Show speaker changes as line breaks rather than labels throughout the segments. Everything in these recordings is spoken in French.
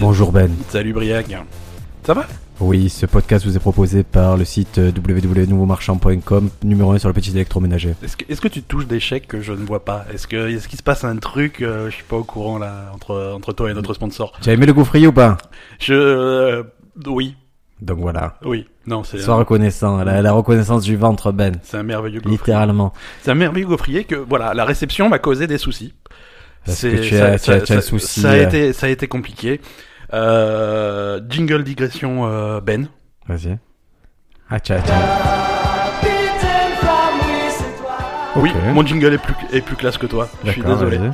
Bonjour Ben.
Salut Briac. Ça va
Oui, ce podcast vous est proposé par le site www.nouveaumarchand.com, numéro 1 sur le petit électroménager.
Est-ce que, est-ce que tu touches des chèques que je ne vois pas Est-ce que est-ce qu'il se passe un truc euh, Je suis pas au courant là entre entre toi et notre sponsor.
Tu as aimé le gaufrier ou pas
Je euh, oui
Donc voilà.
oui non c'est
Sois
un,
reconnaissant, la, la reconnaissance du ventre Ben,
c'est un merveilleux gaufrier.
littéralement.
C'est un merveilleux gaufrier que voilà la réception m'a causé des soucis.
Parce que tu as, tu as- tu as un souci.
ça a
euh,
été ça a été compliqué. Euh, jingle digression euh, Ben.
Vas-y. Ah tiens, tiens.
Oui,
Ok.
mon jingle est plus, est plus classe que toi. Je suis
D'accord,
désolé.
vas-y.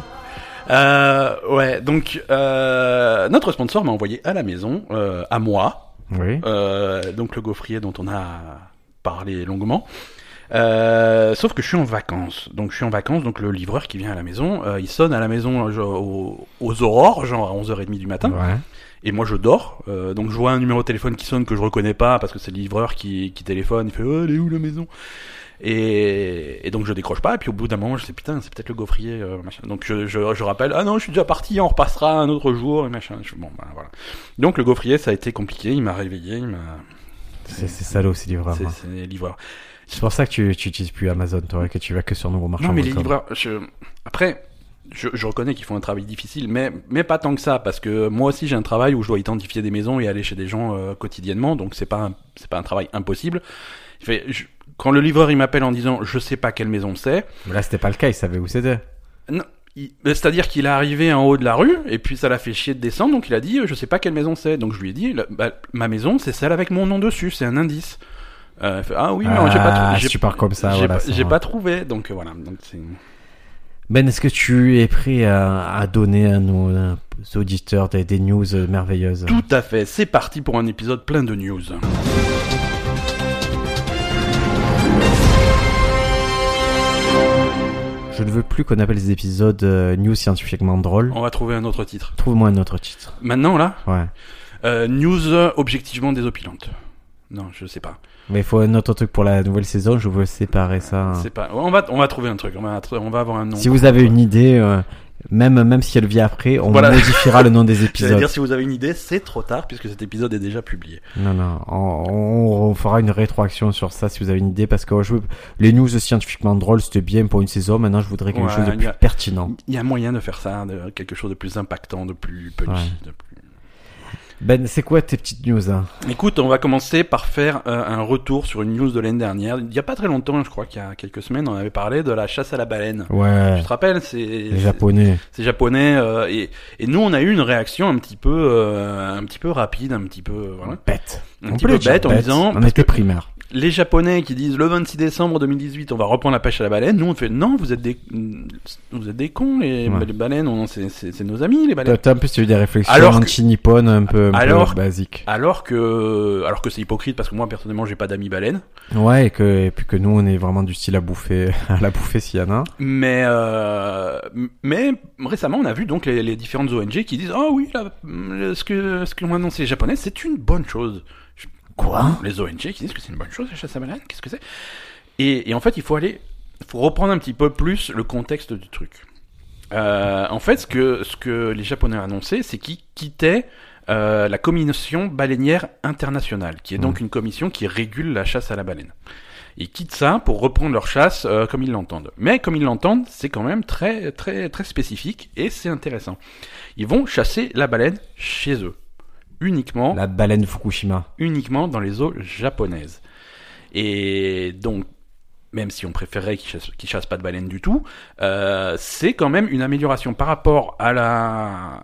Euh, ouais, donc euh, notre sponsor m'a envoyé à la maison, euh, à moi,
Oui.
euh, donc le gaufrier dont on a parlé longuement. Euh, sauf que je suis en vacances, donc je suis en vacances, donc le livreur qui vient à la maison, euh, il sonne à la maison euh, genre, aux, aux aurores, genre à 11h30 du matin,
Ouais.
et moi je dors, euh, donc je vois un numéro de téléphone qui sonne que je reconnais pas parce que c'est le livreur qui, qui téléphone, il fait oh, elle est où la maison et, et donc je décroche pas, et puis au bout d'un moment je sais putain c'est peut-être le gaufrier, euh, machin. Donc je, je, je rappelle ah non je suis déjà parti, on repassera un autre jour et machin. Je- bon ben, voilà. Donc le gaufrier ça a été compliqué, il m'a réveillé, il m'a
C'est c'est salaud ces livreurs.
c'est
hein.
c'est les livreurs.
C'est pour ça que tu tu utilises plus Amazon, toi, et que tu vas que sur nouveaumarchand.com.
Non mais les livreurs, je- après je, je reconnais qu'ils font un travail difficile, mais mais pas tant que ça parce que moi aussi j'ai un travail où je dois identifier des maisons et aller chez des gens euh, quotidiennement, donc c'est pas un- c'est pas un travail impossible. Il fait- je- quand le livreur il m'appelle en disant je sais pas quelle maison c'est
Mais Là, c'était pas le cas, ils savaient où c'était.
Il- ben, C'est-à-dire qu'il est arrivé en haut de la rue, et puis ça l'a fait chier de descendre, donc il a dit, euh, je sais pas quelle maison c'est. Donc je lui ai dit, la- bah, ma maison, c'est celle avec mon nom dessus, c'est un indice. Euh, il fait, ah oui, mais
Ah,
j'ai pas trouvé.
si
j'ai-
tu pars comme ça,
j'ai
voilà,
pas-
ça,
J'ai
ouais.
pas trouvé, donc euh, voilà. Donc, c'est-
Ben, est-ce que tu es prêt à, à donner à nos euh, auditeurs des, des news euh, merveilleuses
Tout à fait, c'est parti pour un épisode plein de news.
Je ne veux plus qu'on appelle les épisodes euh, news scientifiquement drôles.
On va trouver un autre titre.
Trouve-moi un autre titre.
Maintenant, là,
Ouais.
euh, news euh, objectivement désopilante. Non, je sais pas.
Mais il faut un autre truc pour la nouvelle saison, je veux séparer ça.
C'est pas. On va, on va trouver un truc. On va, tr- on va avoir un nom.
Ah. Si vous avez une idée, euh, même, même si elle vient après, on
Voilà.
modifiera le nom des
J'allais
épisodes.
dire si vous avez une idée, c'est trop tard puisque cet épisode est déjà publié.
Non, non, on, on- on fera une rétroaction sur ça si vous avez une idée, parce que oh, je veux- les news scientifiquement drôles, c'était bien pour une saison, maintenant je voudrais quelque
Ouais,
chose de
il y
plus
a-
pertinent.
Il y a moyen de faire ça, de quelque chose de plus impactant, de plus punchy.
Ouais.
de plus-
Ben, c'est quoi tes petites news hein
Écoute, on va commencer par faire euh, un retour sur une news de l'année dernière. Il n'y a pas très longtemps, je crois qu'il y a quelques semaines, on avait parlé de la chasse à la baleine.
Ouais,
Tu te rappelles, c'est
les japonais.
c'est japonais euh, et, et nous on a eu une réaction un petit peu euh, un petit peu rapide, un petit peu euh, voilà.
Bête.
Un
on
petit
peut
peu
les dire
bête en
bêtes,
disant,
On
parce
était primaire.
Les japonais qui disent le 26 décembre 2018 on va reprendre la pêche à la baleine, nous on fait non, vous êtes des vous êtes des cons les,
Ouais.
les baleines, on- c'est c'est- c'est nos amis les baleines.
T'as un peu eu des réflexions
Alors que-
anti-nippones un peu, un peu
Alors-
basiques.
Alors que, alors que c'est hypocrite parce que moi personnellement j'ai pas d'amis baleines,
Ouais, et, que, et puis que nous, on est vraiment du style à bouffer, à la bouffer s'il y en a.
mais euh, m- mais récemment on a vu donc les, les différentes ONG qui disent ah oui là, ce que ce que l'ont annoncé les japonais c'est une bonne chose. Je-
Quoi
Les ONG qui disent que c'est une bonne chose la chasse à baleine, qu'est-ce que c'est et, et en fait il faut aller, faut reprendre un petit peu plus le contexte du truc. Euh, en fait ce que ce que les japonais ont annoncé c'est qu'ils quittaient euh, la commission baleinière internationale, qui est donc une commission qui régule la chasse à la baleine. Ils quittent ça pour reprendre leur chasse euh, comme ils l'entendent. Mais comme ils l'entendent, c'est quand même très très très spécifique et c'est intéressant. Ils vont chasser la baleine chez eux, uniquement
La baleine de Fukushima.
uniquement dans les eaux japonaises. Et donc, même si on préférait qu'ils chassent, qu'ils chassent pas de baleines du tout, euh, c'est quand même une amélioration par rapport à la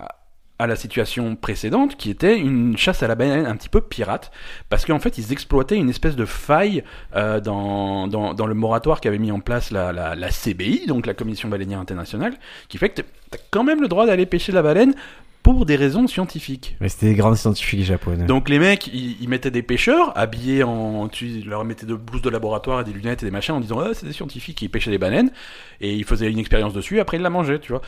à la situation précédente qui était une chasse à la baleine un petit peu pirate parce qu'en fait ils exploitaient une espèce de faille euh, dans, dans, dans le moratoire qu'avait mis en place la, la, la CBI donc la commission baleinière internationale qui fait que t'as quand même le droit d'aller pêcher la baleine pour des raisons scientifiques
Mais c'était des grands scientifiques japonais.
donc les mecs, ils, ils mettaient des pêcheurs habillés en, tu ils leur mettaient de blouses de laboratoire et des lunettes et des machins en disant ah c'est des scientifiques ils pêchaient des baleines et ils faisaient une expérience dessus. Après ils la mangeaient, tu vois.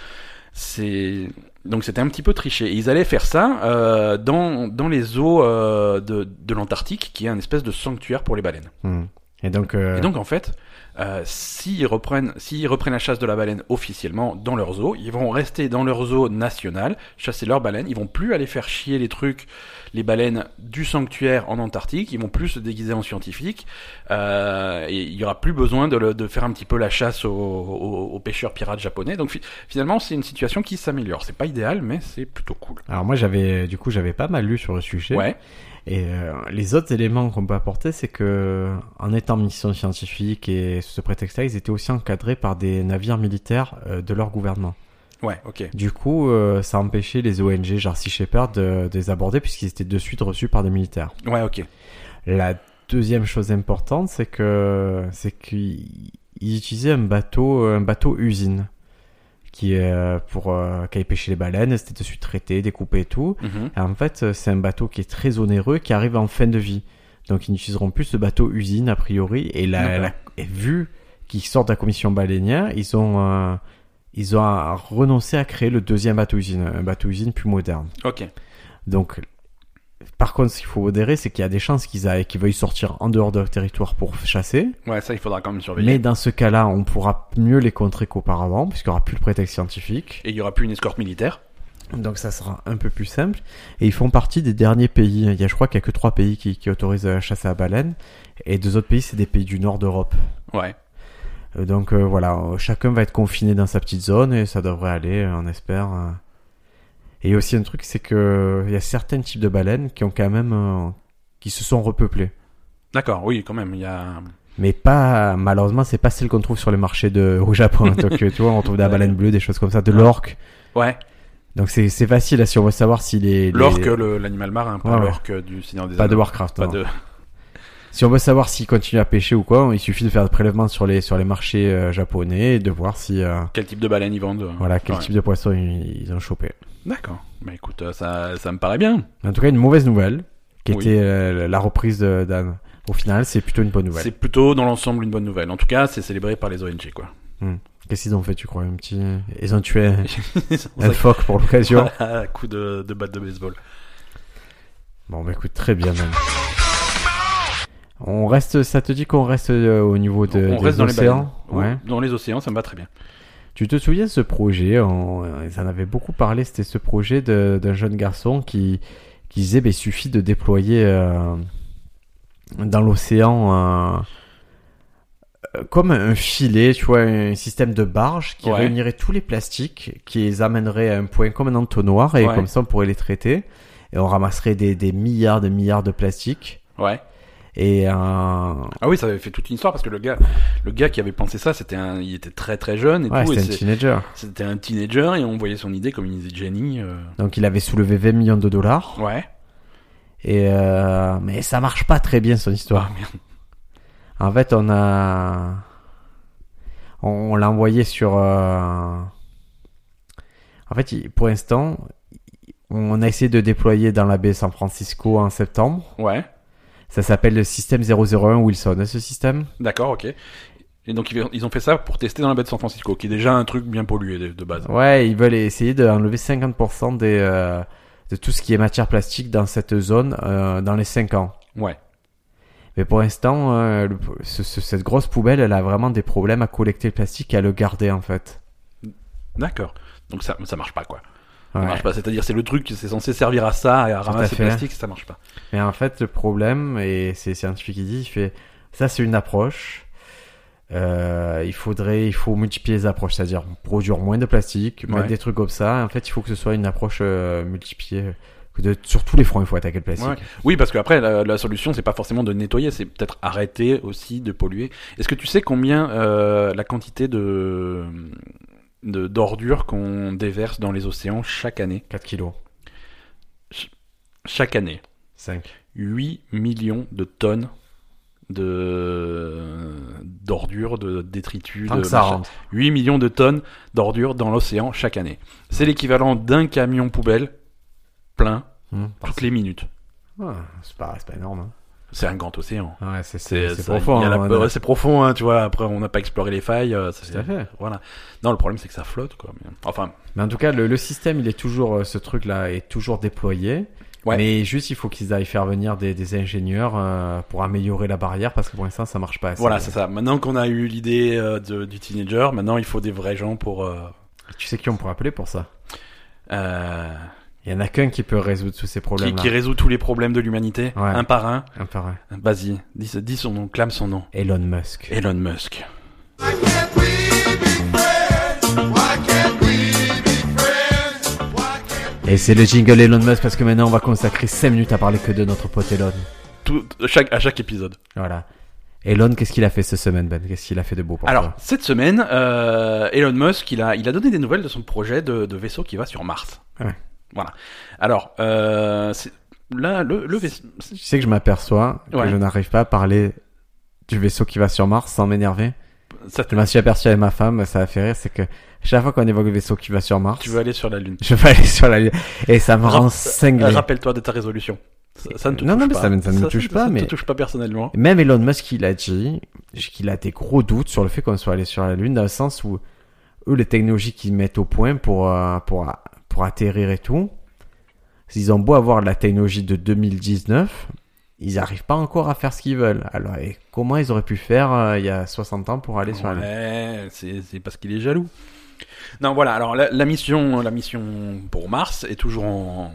C'est donc c'était un petit peu triché. Et ils allaient faire ça euh, dans dans les eaux euh, de de l'Antarctique qui est un espèce de sanctuaire pour les baleines.
Hmm. Et donc, euh,
Et donc en fait, euh, s'ils reprennent, s'ils reprennent la chasse de la baleine officiellement dans leurs eaux, ils vont rester dans leurs eaux nationales, chasser leurs baleines. Ils vont plus aller faire chier les trucs, les baleines du sanctuaire en Antarctique. Ils vont plus se déguiser en scientifiques. Euh, et il y aura plus besoin de, le- de faire un petit peu la chasse aux, aux- aux pêcheurs pirates japonais. Donc fi- finalement, c'est une situation qui s'améliore. C'est pas idéal, mais c'est plutôt cool.
alors moi j'avais du coup j'avais pas mal lu sur le sujet.
Ouais,
Et euh, les autres éléments qu'on peut apporter, c'est que en étant mission scientifique et sous ce prétexte-là, ils étaient aussi encadrés par des navires militaires euh, de leur gouvernement.
ouais, ok.
Du coup, euh, ça empêchait les ONG, genre Sea Shepherd, de, de les aborder puisqu'ils étaient de suite reçus par des militaires.
Ouais, ok.
La deuxième chose importante, c'est que c'est qu'ils ils utilisaient un bateau, un bateau usine qui euh, pour euh, qui allait pêcher les baleines, c'était de suite traité, découpé et tout.
Mhm.
Et en fait, euh, c'est un bateau qui est très onéreux, qui arrive en fin de vie. Donc ils n'utiliseront plus ce bateau usine a priori. Et, la,
D'accord.
la- et vu qu'ils sortent de la commission baleinière, ils ont euh, ils ont euh, renoncé à créer le deuxième bateau usine, un bateau usine plus moderne.
Ok.
Donc, par contre, ce qu'il faut modérer, c'est qu'il y a des chances qu'ils aillent, qu'ils veuillent sortir en dehors de leur territoire pour chasser.
Ouais, ça, il faudra quand même surveiller.
Mais dans ce cas-là, on pourra mieux les contrer qu'auparavant, puisqu'il n'y aura plus le prétexte scientifique.
Et il y aura plus une escorte militaire.
Donc, ça sera un peu plus simple. Et ils font partie des derniers pays. Il y a, je crois qu'il n'y a que trois pays qui, qui autorisent la chasse à la baleine. Et deux autres pays, c'est des pays du nord d'Europe.
Ouais.
Euh, Donc euh, voilà, euh, chacun va être confiné dans sa petite zone et ça devrait aller, euh, on espère. euh. Et aussi un truc, c'est que il y a certains types de baleines qui ont quand même, euh, qui se sont repeuplées.
D'accord, oui, quand même, il y a...
Mais pas, malheureusement, c'est pas celles qu'on trouve sur les marchés de au Japon. Donc euh, tu vois, on trouve de la baleine bleue, des choses comme ça, de l'orque.
Ouais,
Donc c'est c'est facile là, si on veut savoir si les, les-
l'orque, le- l'animal marin, pas
Ouais, ouais.
l'orque du Seigneur des
pas de
Anneaux.
Warcraft.
Pas
non.
de...
Si on veut savoir s'ils continuent à pêcher ou quoi, il suffit de faire des prélèvements sur les sur les marchés euh, japonais et de voir si euh,
Quel type de baleine ils vendent euh.
voilà quel
Ouais.
type de poisson ils- ils ont chopé.
D'accord. Bah écoute, euh, ça, ça me paraît bien.
En tout cas, une mauvaise nouvelle, qui
Oui.
était euh, la reprise de- d'Anne. Au final, c'est plutôt une bonne nouvelle.
C'est plutôt dans l'ensemble une bonne nouvelle. En tout cas, c'est célébré par les ONG, quoi.
Qu'est-ce qu'ils ont fait, tu crois Un petit. Ils ont tué un,
Ils ont
un
ça-
phoque pour l'occasion.
voilà, à coup de, de batte de baseball.
Bon, bah écoute, très bien, même. On reste, ça te dit qu'on reste euh, au niveau de,
on
des
reste dans les baleines.
océans
Ou
Ouais.
Dans les océans, ça me va très bien.
Tu te souviens de ce projet on, euh, Ils en avaient beaucoup parlé. C'était ce projet de- d'un jeune garçon qui, qui disait bah, il suffit de déployer euh, dans l'océan un- euh, comme un filet, tu vois, un système de barge qui
Ouais.
réunirait tous les plastiques, qui les amènerait à un point comme un entonnoir et
Ouais.
comme ça on pourrait les traiter et on ramasserait des, des milliards de milliards de plastiques.
Ouais.
Et euh, un
Ah oui, ça avait fait toute une histoire parce que le gars, le gars qui avait pensé ça, c'était un, il était très très jeune et
ouais,
tout. et
c'était un
c'est-
teenager.
C'était un teenager et on voyait son idée comme une idée de génie. euh.
Donc il avait soulevé 20 millions de dollars.
Ouais.
Et euh, mais ça marche pas très bien son histoire.
Ah, merde.
En fait, on a on, on l'a envoyé sur. euh, En fait, il- pour l'instant, on a essayé de déployer dans la baie San Francisco en septembre.
Ouais.
Ça s'appelle le système 001 Wilson. Ce système.
D'accord, ok. Et donc ils ils ont fait ça pour tester dans la baie de San Francisco, qui est déjà un truc bien pollué de, de base.
Ouais, ils veulent essayer d'enlever 50% des euh, de tout ce qui est matière plastique dans cette zone euh, dans les 5 ans.
Ouais.
Mais pour l'instant, euh, le- ce- ce- cette grosse poubelle, elle a vraiment des problèmes à collecter le plastique et à le garder en fait.
D'accord. Donc ça, ça marche pas quoi. Ça
Ouais.
marche pas. C'est-à-dire c'est le truc qui c'est censé servir à ça et à
à
ramasser
fait.
le plastique, ça marche pas.
Mais en fait, le problème, et c'est scientifique qui dit, il fait, ça c'est une approche. Euh, il faudrait, il faut multiplier les approches, c'est-à-dire produire moins de plastique, mettre
Ouais.
des trucs comme ça. En fait, il faut que ce soit une approche euh, multipliée. que De, sur tous les fronts, il faut attaquer le plastique.
Ouais. Oui, parce qu'après la, la solution c'est pas forcément de nettoyer, c'est peut-être arrêter aussi de polluer. Est-ce que tu sais combien euh, la quantité de de- d'ordures qu'on déverse dans les océans chaque année
4 kilos,
Chaque année.
5.
8 millions de tonnes de d'ordures, de détritus,
Tant
de
que ça hein.
machin.
rentre.
8 millions de tonnes d'ordures dans l'océan chaque année. C'est l'équivalent d'un camion poubelle plein
Hmm.
toutes les minutes.
Ah, c'est pas, c'est pas énorme. hein.
C'est un grand océan.
Ouais, c'est- c'est
C'est
c'est
ça- il
profond.
y a la-
hein,
ouais,
on a-
c'est profond, hein, tu vois. Après, on n'a pas exploré les failles. euh, ça,
Tout à
c'est-
fait.
voilà. Non, le problème, c'est que ça flotte, quoi. mais- Enfin,
Mais en tout cas, le, le système, il est toujours, euh, ce truc-là est toujours déployé.
Ouais.
Mais juste, il faut qu'ils aillent faire venir des, des ingénieurs euh, pour améliorer la barrière parce que pour l'instant, ça marche pas assez.
voilà, c'est ça. Maintenant qu'on a eu l'idée euh, de- du teenager, maintenant, il faut des vrais gens pour. euh,
Tu sais qui on pourrait appeler pour ça
euh,
Il y en a qu'un qui peut résoudre tous ces
qui,
problèmes-là.
qui résout tous les problèmes de l'humanité,
Ouais.
un par un.
Un par un.
Vas-y, dis, dis son nom, clame son nom.
Elon Musk.
Elon Musk.
Why can't we be friends? Why can't we be friends? Why can't
Et c'est le jingle Elon Musk parce que maintenant on va consacrer 5 minutes à parler que de notre pote Elon.
Tout, chaque, à chaque épisode.
Voilà. Elon, qu'est-ce qu'il a fait cette semaine, Ben Qu'est-ce qu'il a fait de beau pour
Alors,
toi
cette semaine, euh, Elon Musk, il a, il a donné des nouvelles de son projet de, de vaisseau qui va sur Mars.
Ah Ouais.
Voilà. Alors, euh, c'est- là, le, le vaisseau...
Tu sais que je m'aperçois que
Ouais.
je n'arrive pas à parler du vaisseau qui va sur Mars sans m'énerver.
Ça te-
Je m'en suis aperçu avec ma femme, ça a fait rire, c'est que chaque fois qu'on évoque le vaisseau qui va sur Mars,
Tu veux aller sur la Lune.
je vais aller sur la Lune. Et ça me
Rap-
rend
Euh,
cinglé.
Rappelle-toi de ta résolution. Ça, ça ne te
Non,
touche
non, mais
pas.
ça ne- ça ne me touche pas,
ça ne
mais-
te touche pas personnellement.
Même Elon Musk, il a dit qu'il a des gros doutes sur le fait qu'on soit allé sur la Lune, dans le sens où eux, les technologies qu'ils mettent au point pour, euh, pour, pour atterrir et tout, ils ont beau avoir la technologie de 2019, ils n'arrivent pas encore à faire ce qu'ils veulent. Alors, et comment ils auraient pu faire euh, il y a 60 ans pour aller sur la Lune
Ouais, c'est c'est parce qu'il est jaloux. Non, voilà. Alors la, la mission, la mission pour Mars est toujours en,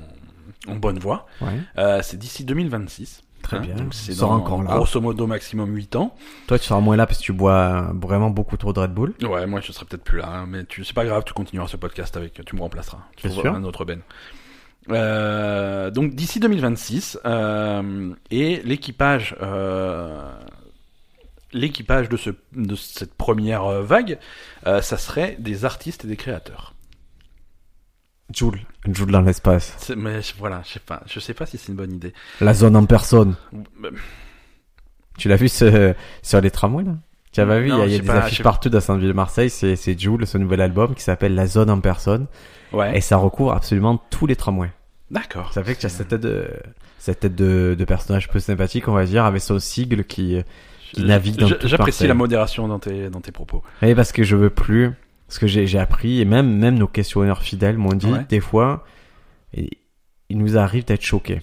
en bonne voie.
Ouais.
Euh, c'est d'ici 2026.
Très bien.
Hein, Donc c'est
On
dans
sera encore là.
grosso modo maximum 8 ans.
Toi, tu seras moins là parce que tu bois euh, vraiment beaucoup trop de Red Bull.
Ouais, moi je serai peut-être plus là, hein, mais tu c'est pas grave, tu continueras ce podcast avec, tu me remplaceras. Tu
Bien
trouveras
sûr.
un autre Ben. Euh, donc d'ici 2026 euh, et l'équipage euh, l'équipage de ce de cette première euh, vague, euh, ça serait des artistes et des créateurs.
Joule. Joule dans l'espace.
C'est- Mais je- voilà, je sais pas, je sais pas si c'est une bonne idée.
La zone en personne.
Bah,
Tu l'as vu ce- sur les tramways là Tu l'as pas vu Il y
Non,
a, il y a
je sais
des
pas, je
affiches
sais-
partout dans sainte ville de Marseille. C'est c'est Jules, son nouvel album qui s'appelle La Zone en personne.
Ouais.
Et ça recouvre absolument tous les tramways.
D'accord.
Ça fait que tu as cette tête de, cette tête de, de personnage peu sympathique, on va dire, avec son sigle qui. qui navigue dans
Je-
toute
J'apprécie
Marseille.
la modération dans tes dans tes propos.
Et parce que je veux plus. Parce que j'ai j'ai appris, et même, même nos questionneurs fidèles m'ont dit,
Ouais.
des fois, et- il nous arrive d'être choqués.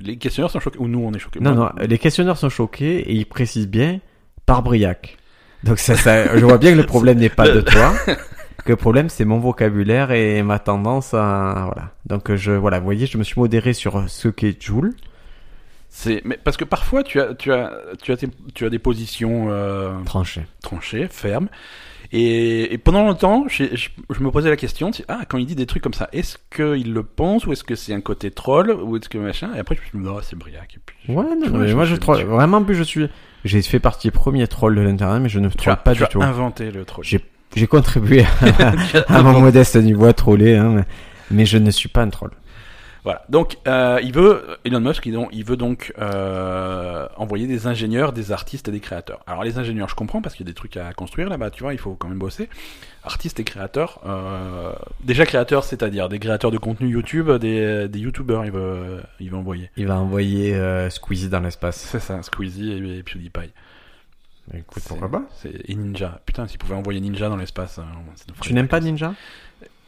Les questionneurs sont choqués ou nous on est choqués.
Non,
Moi,
non, les questionneurs sont choqués et ils précisent bien par Briac. Donc ça, ça- je vois bien que le problème n'est pas de toi. Que le problème, c'est mon vocabulaire et ma tendance à voilà. Donc je voilà, vous voyez, je me suis modéré sur ce qu'est Joule.
C'est mais parce que parfois tu as tu as tu as tes- tu as des positions euh,
Tranché.
tranchées, fermes. Et, et pendant longtemps, j'ai- je, je me posais la question tu- ah quand il dit des trucs comme ça, est-ce qu'il le pense ou est-ce que c'est un côté troll ou est-ce que machin Et après je me suis dit oh, c'est Briac. Et puis,
Ouais, non, non,
Ouais,
mais
je
moi
me
je
suis
troll.
habitué.
Vraiment, en plus je suis, j'ai fait partie des premiers trolls de l'internet, mais je ne
tu as,
troll pas
tu
du
as
tout.
inventé le troll.
J'ai- J'ai contribué à, à mon modeste niveau à troller, hein, mais, mais je ne suis pas un troll.
Voilà. Donc euh, il veut Elon Musk, il, don- il veut donc euh, envoyer des ingénieurs, des artistes et des créateurs. Alors les ingénieurs, je comprends parce qu'il y a des trucs à construire là-bas, tu vois, il faut quand même bosser. Artistes et créateurs, euh, déjà créateurs, c'est-à-dire des créateurs de contenu YouTube, des, des youtubeurs, il veut, il veut envoyer.
Il va envoyer euh, Squeezie dans l'espace.
C'est ça, Squeezie et, et PewDiePie.
Écoute,
C'est-
pourquoi pas
c'est- Et Ninja. Putain, s'il pouvait envoyer Ninja dans l'espace. hein, ça nous ferait
Tu n'aimes pas
plaisir.
Ninja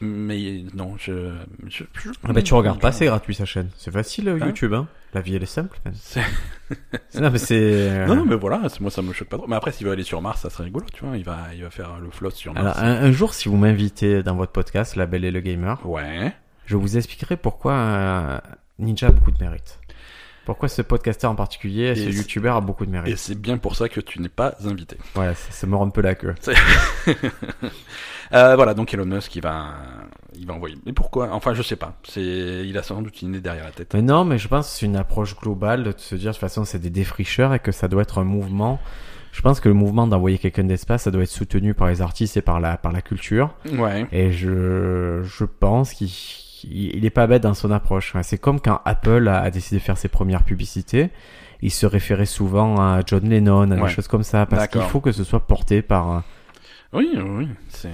Mais non, je. je, je-
Ah bah tu regardes pas, c'est
Ninja.
gratuit sa chaîne. C'est facile euh,
Mm. Hein
YouTube, hein. La vie elle est simple. man.
C'est-
non mais c'est. euh,
Non, non, mais voilà, c'est- moi ça me choque pas trop. Mais après, s'il veut aller sur Mars, ça serait rigolo, tu vois. Il va, il va faire le flotte sur
Alors
Mars.
un, un jour, si vous m'invitez dans votre podcast, La Belle et le Gamer,
Ouais.
je vous expliquerai pourquoi euh, Ninja a beaucoup de mérite. Pourquoi ce podcasteur en particulier, ce
Et c'est-
youtubeur a beaucoup de
Et
mérite.
c'est bien pour ça que tu n'es pas invité.
Voilà, ça, ça me rend un peu la queue.
Euh, voilà, donc Elon Musk, il va, il va envoyer. Mais pourquoi Enfin, je sais pas. C'est, il a sans doute une idée derrière la tête.
Mais non, mais je pense que c'est une approche globale de se dire de toute façon c'est des défricheurs et que ça doit être un mouvement. Je pense que le mouvement d'envoyer quelqu'un d'espace, ça doit être soutenu par les artistes et par la, par la culture.
Ouais.
Et je, je pense qu'il il est pas bête dans son approche. Ouais, C'est comme quand Apple a, a décidé de faire ses premières publicités. Il se référait souvent à John Lennon, à
Ouais.
des choses comme ça, parce qu'il
D'accord.
faut que ce soit porté par. un-
Oui, oui. C'est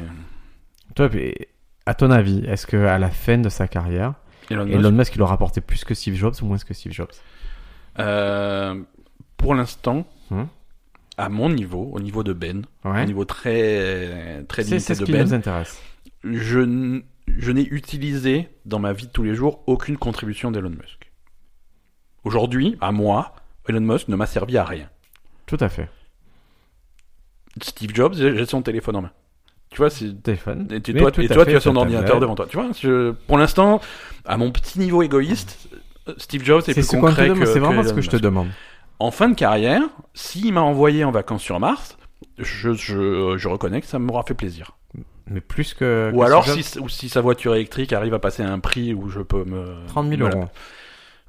Toi, et à ton avis, est-ce que à la fin de sa carrière,
Elon Musk.
Elon Musk il aura porté plus que Steve Jobs ou moins que Steve Jobs
Euh, pour l'instant,
Hum.
à mon niveau, au niveau de Ben, au
Ouais.
niveau très, très
C'est
limité
c'est ce
de
qui
Ben,
nous intéresse.
je, n- je n'ai utilisé dans ma vie de tous les jours aucune contribution d'Elon Musk. Aujourd'hui, à moi, Elon Musk ne m'a servi à rien.
Tout à fait.
Steve Jobs, j'ai j'ai son téléphone en main. Tu vois, c'est
Téléphone.
et tu-
Mais
toi,
tout
et
à
toi,
fait,
tu as son
tout à fait.
ordinateur devant toi. Tu vois, je- pour l'instant, à mon petit niveau égoïste, euh, Steve Jobs est
C'est
plus
ce qu'on te
concret que.
demande. C'est vraiment
que
ce que
Elon
je te
Musk.
demande.
En fin de carrière, s'il m'a envoyé en vacances sur Mars, je, je, je reconnais que ça m'aura fait plaisir.
Mais plus que.
Ou
que
alors,
ce
si, ou si sa voiture électrique arrive à passer à un prix où je peux me.
job, 30 000
me la-
euros.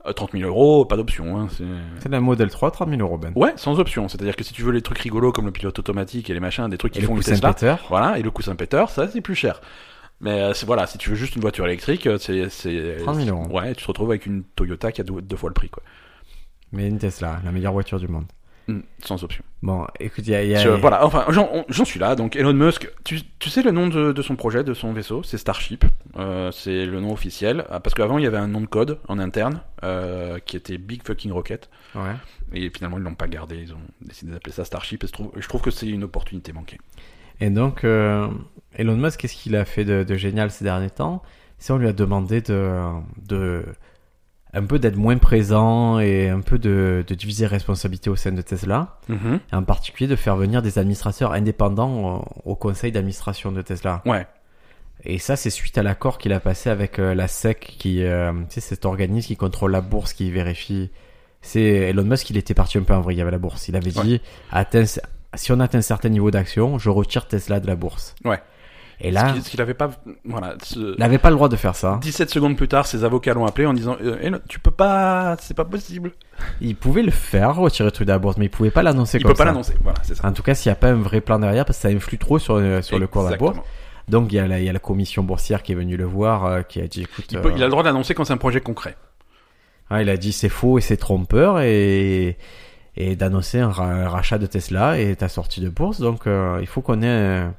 Euh, 30 000 euros, pas d'option. Hein, c'est-
C'est la modèle 3, 30 000 euros, Ben.
ouais, sans option. C'est-à-dire que si tu veux les trucs rigolos comme le pilote automatique et les machins, des trucs qui
Et le
font le
coussin
Tesla,
péteur.
Voilà, et le coussin péteur, ça c'est plus cher. Mais euh, c'est- voilà, si tu veux juste une voiture électrique, euh, c'est. c'est-
30 000 euros.
Ouais, tu te retrouves avec une Toyota qui a deux, deux fois le prix, quoi.
Mais une Tesla, la meilleure voiture du monde.
Mm, sans option.
Bon, écoute, il y a. il y a-
Je- voilà, enfin, j'en on- j'en suis là. Donc Elon Musk, tu, tu sais le nom de, de son projet, de son vaisseau C'est Starship. Euh, c'est le nom officiel. Ah, Parce qu'avant, il y avait un nom de code en interne euh, qui était Big Fucking Rocket.
Ouais.
Et finalement, ils l'ont pas gardé. Ils ont décidé d'appeler ça Starship. Et je trouve, je trouve que c'est une opportunité manquée.
Et donc, euh, Elon Musk, qu'est-ce qu'il a fait de, de génial ces derniers temps C'est on lui a demandé de, de un peu d'être moins présent et un peu de, de diviser responsabilité au sein de Tesla, et en particulier de faire venir des administrateurs indépendants au, au conseil d'administration de Tesla.
Ouais.
Et ça, c'est suite à l'accord qu'il a passé avec euh, la SEC, qui, euh, tu sais, cet organisme qui contrôle la bourse, qui vérifie. C'est Elon Musk, il était parti un peu en vrille avec la bourse. Il avait
Ouais.
dit, atteint, si on atteint un certain niveau d'action, je retire Tesla de la bourse.
Ouais.
Et là,
Ce qu'il- ce qu'il avait pas. Voilà. ce-
il n'avait pas le droit de faire ça.
17 secondes plus tard, ses avocats l'ont appelé en disant euh, Elon, Tu peux pas. C'est pas possible.
Il pouvait le faire, retirer le truc de la bourse, mais il pouvait pas l'annoncer
Il
comme
peut pas
ça.
l'annoncer. Voilà, c'est ça.
En tout cas, s'il n'y a pas un vrai plan derrière, parce que ça influe trop sur, euh, sur le cours de la bourse.
Exactement.
Donc, il y, a la, il y a la commission boursière qui est venue le voir, euh, qui a dit, écoute,
Il, peut-
euh,
il a le droit d'annoncer quand c'est un projet concret.
Ah, il a dit c'est faux et c'est trompeur et, et d'annoncer un, ra- un rachat de Tesla et ta sortie de bourse. Donc euh, il faut qu'on ait un,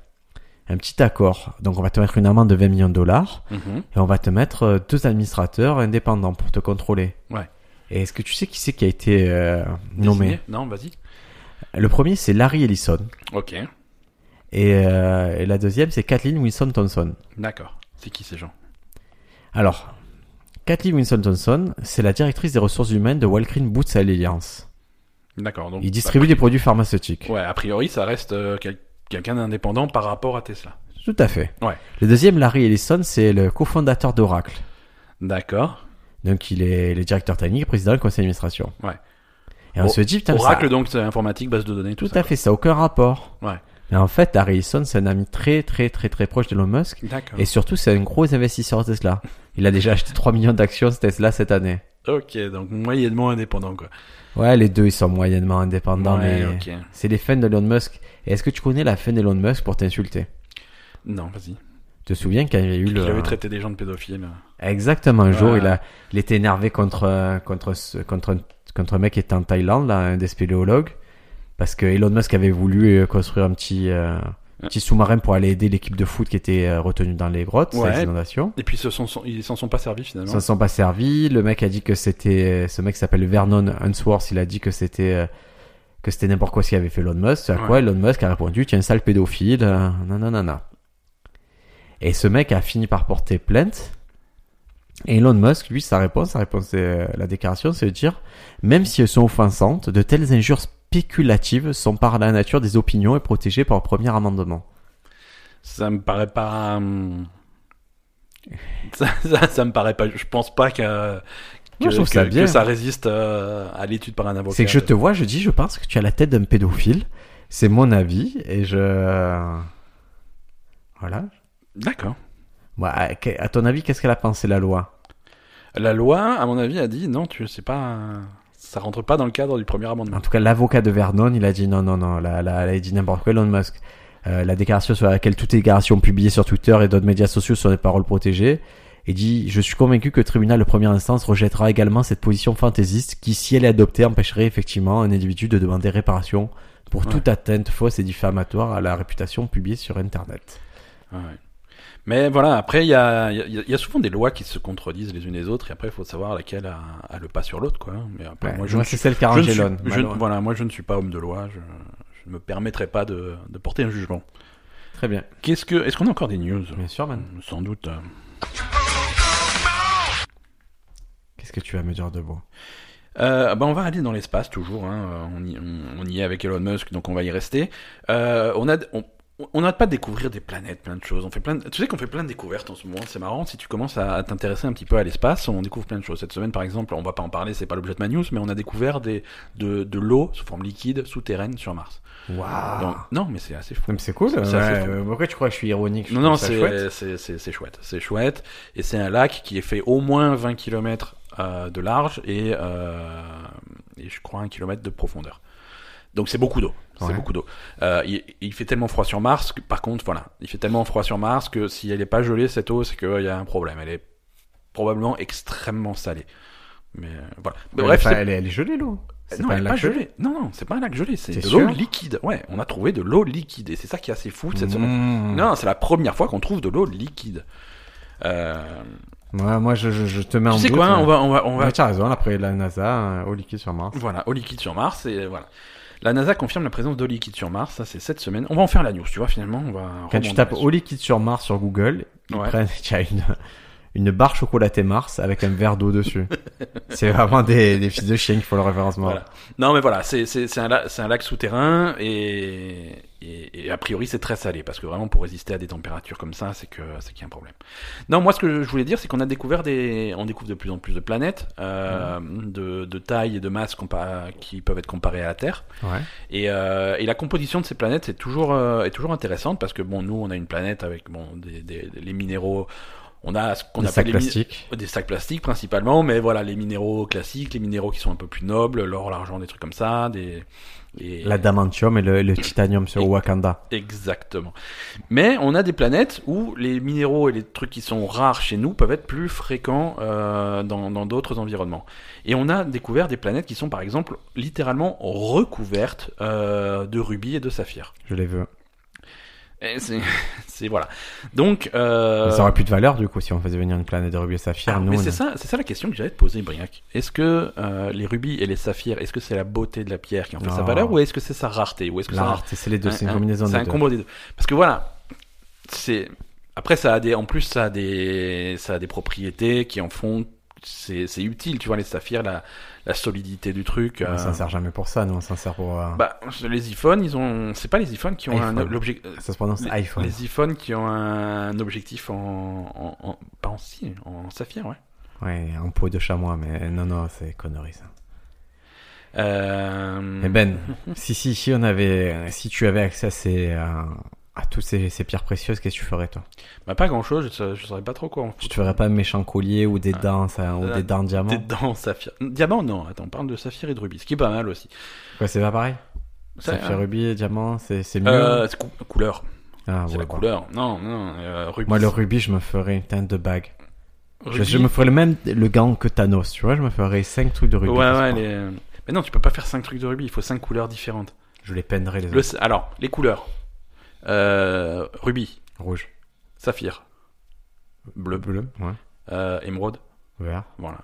un petit accord. Donc on va te mettre une amende de 20 millions de dollars
Mhm.
et on va te mettre euh, deux administrateurs indépendants pour te contrôler.
Ouais.
Et est-ce que tu sais qui c'est qui a été euh, nommé
Désigné Non, vas-y.
Le premier c'est Larry Ellison
Ok,
et, euh, et la deuxième c'est Kathleen Wilson Thompson.
d'accord. C'est qui ces gens
Alors, Kathleen Wilson Thompson, c'est la directrice des ressources humaines de Walgreen Boots Alliance.
D'accord. Donc
Il distribue des produits pharmaceutiques.
Ouais, a priori, ça reste euh, quel- quelqu'un d'indépendant par rapport à Tesla.
Tout à fait.
Ouais.
Le deuxième, Larry Ellison, c'est le cofondateur d'Oracle.
D'accord.
Donc, il est le directeur technique et président du conseil d'administration.
Ouais.
Et on
O-
se dit, putain, mais ça-
Oracle, donc, c'est informatique, base de données, tout,
tout à fait, ça n'a aucun rapport.
Ouais.
Mais en fait, Larry Ellison, c'est un ami très, très, très, très proche de Elon Musk.
fait. D'accord.
Et surtout, c'est un gros investisseur Tesla. Il a déjà acheté 3 millions d'actions Tesla cette année.
Ok, donc moyennement indépendant, quoi.
Ouais, les deux, ils sont moyennement indépendants,
ouais,
mais
ok.
c'est les fans d'Elon Musk. Et est-ce que tu connais la fin d'Elon Musk pour t'insulter
Non, vas-y.
Tu te souviens quand il y a eu
Il
le...
avait traité des gens de pédophiles. euh.
Exactement. Un jour,
Ouais.
il, a, il était énervé contre, euh, contre, ce- contre, un- contre un mec qui était en Thaïlande, là, un des spéléologues, parce que Elon Musk avait voulu euh, construire un petit, euh, petit sous-marin pour aller aider l'équipe de foot qui était euh, retenue dans les grottes,
Ouais.
ces inondations.
Et puis, ce sont, sont- ils s'en sont pas servis, finalement.
Ça ne s'en pas servi. Le mec a dit que c'était. Ce mec s'appelle Vernon Unsworth. Il a dit que c'était. euh, que c'était n'importe quoi ce qu'avait fait Elon Musk. ce à
Ouais.
quoi Elon Musk a répondu Tiens, sale pédophile. euh, nanana. Et ce mec a fini par porter plainte. Et Elon Musk, lui, sa réponse, sa réponse, euh, la déclaration, c'est de dire Même si elles sont offensantes, de telles injures spéculatives sont par la nature des opinions et protégées par le premier amendement.
Ça me paraît pas. hum, Ça, ça, ça me paraît pas. Je pense pas que, que,
Moi, je trouve
que-
ça bien.
que ça résiste euh, à l'étude par un avocat.
C'est que je te vois, je dis, je pense que tu as la tête d'un pédophile. C'est mon avis et je. Voilà.
D'accord.
Bon, à, que- à ton avis, qu'est-ce qu'elle a pensé la loi
La loi, à mon avis, a dit non, tu sais pas. Ça rentre pas dans le cadre du premier amendement.
En tout cas, l'avocat de Vernon, il a dit non, non, non, là, là, elle a dit n'importe quoi, Elon Musk. Euh, la déclaration sur laquelle toutes les déclarations publiées sur Twitter et d'autres médias sociaux sont des paroles protégées. Et dit, je suis convaincu que le tribunal de première instance rejettera également cette position fantaisiste qui, si elle est adoptée, empêcherait effectivement un individu de demander réparation pour
Ouais.
toute atteinte fausse et diffamatoire à la réputation publiée sur Internet.
Ah Ouais. Mais voilà, après, il y a, il y a- il y a souvent des lois qui se contredisent les unes les autres, et après, il faut savoir laquelle a, a le pas sur l'autre, quoi. Mais
Ouais,
après, moi,
moi,
je ne
c'est
suis,
celle
je ne suis-
qu'Argelone.
je ne- voilà, moi, je ne suis pas homme de loi, je, je ne me permettrai pas de, de porter un jugement.
Très bien.
Qu'est-ce que, est-ce qu'on a encore des news
Bien sûr, man.
Sans doute.
Qu'est-ce que tu vas me dire de beau
Euh, bah, on va aller dans l'espace toujours, hein. on, y, on- on y est avec Elon Musk, donc on va y rester. Euh, on a... on- on n'arrête pas de découvrir des planètes, plein de choses. On fait plein de- Tu sais qu'on fait plein de découvertes en ce moment, c'est marrant. Si tu commences à à t'intéresser un petit peu à l'espace, on découvre plein de choses. Cette semaine, par exemple, on va pas en parler, c'est pas l'objet de ma news, mais on a découvert des... de, de l'eau sous forme liquide souterraine sur Mars.
Waouh
Donc, non, mais c'est assez fou.
Non, mais c'est cool.
C'est assez
ouais,
fou.
euh, pourquoi tu crois que je suis ironique je
Non,
trouve
non,
ça
c'est
chouette.
c'est- c'est- c'est chouette. C'est chouette. Et c'est un lac qui est fait au moins 20 km de large et, euh, et je crois un kilomètre de profondeur. Donc c'est beaucoup d'eau. C'est
Ouais.
beaucoup d'eau. Euh, il, il fait tellement froid sur Mars que, par contre, voilà, il fait tellement froid sur Mars que si elle n'est pas gelée, cette eau, c'est qu'il y a un problème. Elle est probablement extrêmement salée. Mais euh, voilà.
Elle
Mais
est
bref,
pas-
c'est-
elle, est, elle est gelée l'eau. C'est
non,
pas
elle
un
est
lac
pas gelée. Non, non, c'est pas un lac gelé. C'est
T'es
de l'eau
sûr
liquide. Ouais, on a trouvé de l'eau liquide et c'est ça qui est assez fou cette semaine.
Mmh.
Non, c'est la première fois qu'on trouve de l'eau liquide. Euh,
Ouais, moi, je, je, je te mets en
tu sais
doute,
quoi, hein,
mais-
on va, on va, on va.
Ouais, t'as raison, après la NASA, euh, au liquide sur Mars.
Voilà, eau liquide sur Mars et voilà. La NASA confirme la présence d'eau liquide sur Mars. Ça, c'est cette semaine. On va en faire la news, tu vois. Finalement, on va.
Quand
rebondir
tu tapes
là-dessus.
au liquide sur Mars sur Google, ils
Oh, Ouais.
prennent- tu as une, une barre chocolatée Mars avec un verre d'eau dessus. c'est vraiment des, des fils de chien qui font le référencement.
Voilà. Non, mais voilà, c'est c'est- c'est un, la- c'est un lac souterrain et, et, et a priori c'est très salé parce que vraiment pour résister à des températures comme ça, c'est que c'est qu'il y a un problème. Non, moi ce que je voulais dire, c'est qu'on a découvert des, on découvre de plus en plus de planètes euh,
Mm.
de, de taille et de masse compa- qui peuvent être comparées à la Terre.
Ouais.
Et, euh, et la composition de ces planètes c'est toujours, euh, est toujours intéressante parce que bon, nous on a une planète avec bon, des, des, les minéraux, on a ce qu'on
des
appelle
sacs
les mi-
plastiques.
des sacs plastiques principalement, mais voilà, les minéraux classiques, les minéraux qui sont un peu plus nobles, l'or, l'argent, des trucs comme ça, des... et-
L'adamantium et le, le titanium sur
Et-
Wakanda.
Exactement. Mais on a des planètes où les minéraux et les trucs qui sont rares chez nous peuvent être plus fréquents euh, dans dans d'autres environnements. Et on a découvert des planètes qui sont par exemple littéralement recouvertes euh, de rubis et de saphirs.
Je les veux.
Et Eh, C'est c'est- voilà. Donc... euh,
Mais Ça aurait plus de valeur du coup si on faisait venir une planète de rubis et saphirs.
Ah,
nous,
mais
on
c'est
a-
ça, c'est ça la question que j'allais te poser, Briac. Est-ce que euh, les rubis et les saphirs, est-ce que c'est la beauté de la pierre qui en fait sa
Non.
valeur ou est-ce que c'est sa rareté ou est-ce que
La
ça-
rareté, c'est les deux,
un-
c'est une
un-
combinaison
c'est
des
un
deux.
combo des deux. Parce que voilà, c'est après ça a des, en plus ça a des, ça a des propriétés qui en font, c'est c'est utile, tu vois les saphirs, la, la solidité du truc.
On
euh,
s'en sert jamais pour ça, nous on s'en sert pour. euh,
Bah les iPhones, ils ont, c'est pas les iPhones qui ont un
iPhone.
objet.
ça se prononce
Les,
iPhone.
les iPhones qui ont un objectif en, en, en- pas en si, en saphir, ouais.
Ouais, en peau de chamois, mais non, non, c'est connerie ça.
Mm. Euh...
Eh ben, si, si, si, on avait, si tu avais accès à, ces, euh, à toutes ces, ces pierres précieuses, qu'est-ce que tu ferais toi
Bah pas grand chose, je, je saurais pas trop quoi en
Tu
foutre.
te ferais pas un méchant collier ou des
Ah.
dents, ça, ou
Ah.
des dents en diamant
T'es dedans, saphir. Diamant, non, attends, on parle de saphir et de rubis, ce qui est pas mal aussi.
Ouais, c'est pas pareil.
Ça, hein.
Saphir, rubis, diamant, c'est c'est mieux.
euh, c'est cou- couleur,
Ah,
c'est
ouais,
la
bah.
couleur. Non, non, euh, rubis.
Moi, le rubis, je me ferais une teinte de bague. Je,
rubis.
je me ferais le même le gant que Thanos, tu vois, je me ferais 5 trucs de rubis.
Ouais,
parce
ouais,
que
les- Mais non, tu peux pas faire 5 trucs de rubis, il faut 5 couleurs différentes.
Je les peindrais les
Le...
autres.
Alors, les couleurs. Euh, rubis,
Rouge,
saphir, bleu,
bleu, ouais.
euh, émeraude,
vert.
voilà.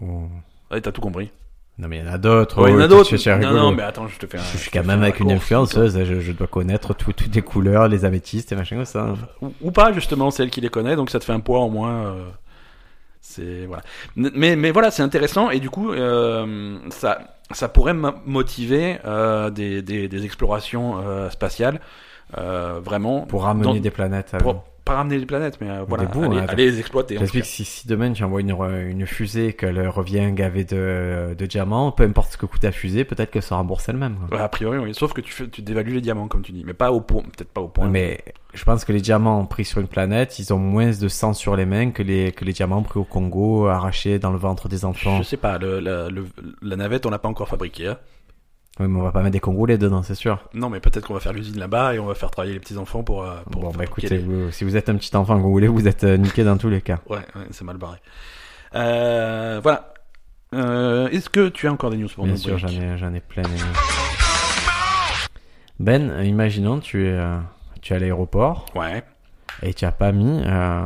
ou-
Ouais, T'as tout compris.
Non, mais il y en a d'autres.
Ouais, il y en a
oh,
d'autres.
tu- tu es
Non,
rigolo.
non, mais attends, je te fais un...
Je suis
te
quand
fais
même
un
avec une
raccourci, quoi.
influenceuse, hein, je, je dois connaître tout- toutes les couleurs, les améthystes et machin comme ça. hein,
euh, ou, ou pas justement celle qui les connaît donc ça te fait un poids en moins euh, c'est voilà N- mais mais voilà c'est intéressant et du coup euh, ça ça pourrait m- motiver euh, des, des, des explorations euh, spatiales euh, vraiment
Pour ramener
Dans-
des planètes. à
pour- pas ramener les planètes mais euh, voilà
Ah Des bouts,
aller,
hein,
aller les exploiter en tout
J'explique que si, si demain tu envoies une, re- une fusée et qu'elle revient gavée de, de diamants, peu importe ce que coûte la fusée, peut-être qu'elle se rembourse elle-même. quoi.
cas. Ouais, a priori oui. sauf que tu fais, tu dévalues les diamants comme tu dis mais pas au point peut-être pas au point
Mais je pense que les diamants pris sur une planète, ils ont moins de sang sur les mains que les, que les diamants pris au Congo, arrachés dans le ventre des enfants.
je sais pas le, la, le- la navette on l'a pas encore fabriquée hein.
Oui, mais on va pas mettre des Congolais dedans, c'est sûr.
non mais peut-être qu'on va faire l'usine là-bas et on va faire travailler les petits enfants pour, euh, pour
bon, bah
fabriquer
écoutez,
les-
vous- si vous êtes un petit enfant congolais, vous êtes euh, niqué dans tous les cas.
Ouais, ouais, c'est mal barré. Euh, voilà. Euh, Est-ce que tu as encore des news pour
Bien
nous
sûr, j'en
Brick
ai, j'en ai plein. les gars. Ben, imaginons, tu es, euh, tu es à l'aéroport,
Ouais.
et tu n'as pas mis, euh,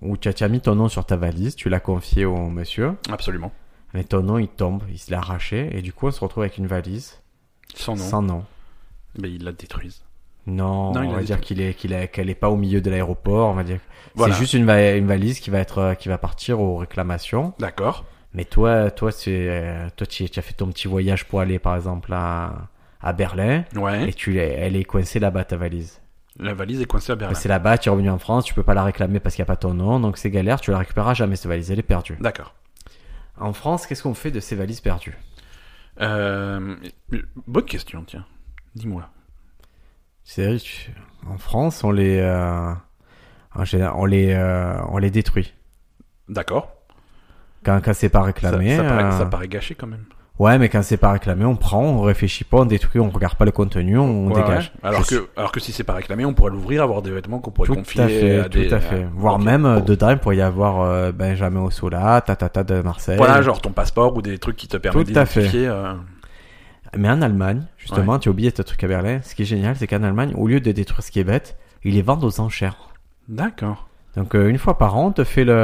ou tu as, tu as mis ton nom sur ta valise, tu l'as confié au monsieur,
Absolument.
et ton nom il tombe, il se l'a arraché, et du coup on se retrouve avec une valise
Sans nom.
sans nom.
Mais ils la détruisent.
Non,
Non, il
on
a
va
dit-
dire qu'il est, qu'il est, qu'elle est pas au milieu de l'aéroport, on va dire.
Voilà.
C'est juste une, va- une valise qui va être, euh, qui va partir aux réclamations.
D'accord.
Mais toi, toi, c'est, euh, toi, tu, tu as fait ton petit voyage pour aller, par exemple, à, à Berlin,
Ouais.
et tu l'es- elle est coincée là-bas ta valise.
La valise est coincée à
Bah,
Berlin.
C'est là-bas, tu es revenu en France, tu peux pas la réclamer parce qu'il n'y a pas ton nom, donc c'est galère, tu la récupéreras jamais cette valise, elle est perdue.
D'accord.
En France, qu'est-ce qu'on fait de ces valises perdues
Euh, bonne question, tiens. Dis-moi.
C'est riche. En France, on les, euh, en général, on les, euh, on les détruit.
D'accord.
Quand, quand c'est pas
Ça,
réclamé.
ça paraît,
euh,
ça paraît gâché quand même.
Ouais, mais quand c'est pas réclamé, on prend, on réfléchit pas, on détruit, on regarde pas le contenu, on
Ouais,
dégage.
ouais. Alors,
Je suis-
que, alors que si c'est pas réclamé, on pourrait l'ouvrir, avoir des vêtements qu'on pourrait
Tout
confier
à fait,
à des.
tout à fait.
euh,
Voire
ok.
même, euh, dedans, il pourrait y avoir euh, Benjamin Ossola, Tatata de Marseille.
Voilà, genre ton passeport ou des trucs qui te permettent
Eh Tout à fait.
d'identifier. euh,
Mais en Allemagne, justement, tu as oublié ce truc à Berlin. Ce qui est génial, c'est qu'en Allemagne, au lieu de détruire ce qui est bête, ils les vendent aux enchères.
D'accord.
Donc, euh, une fois par an, on te fait le...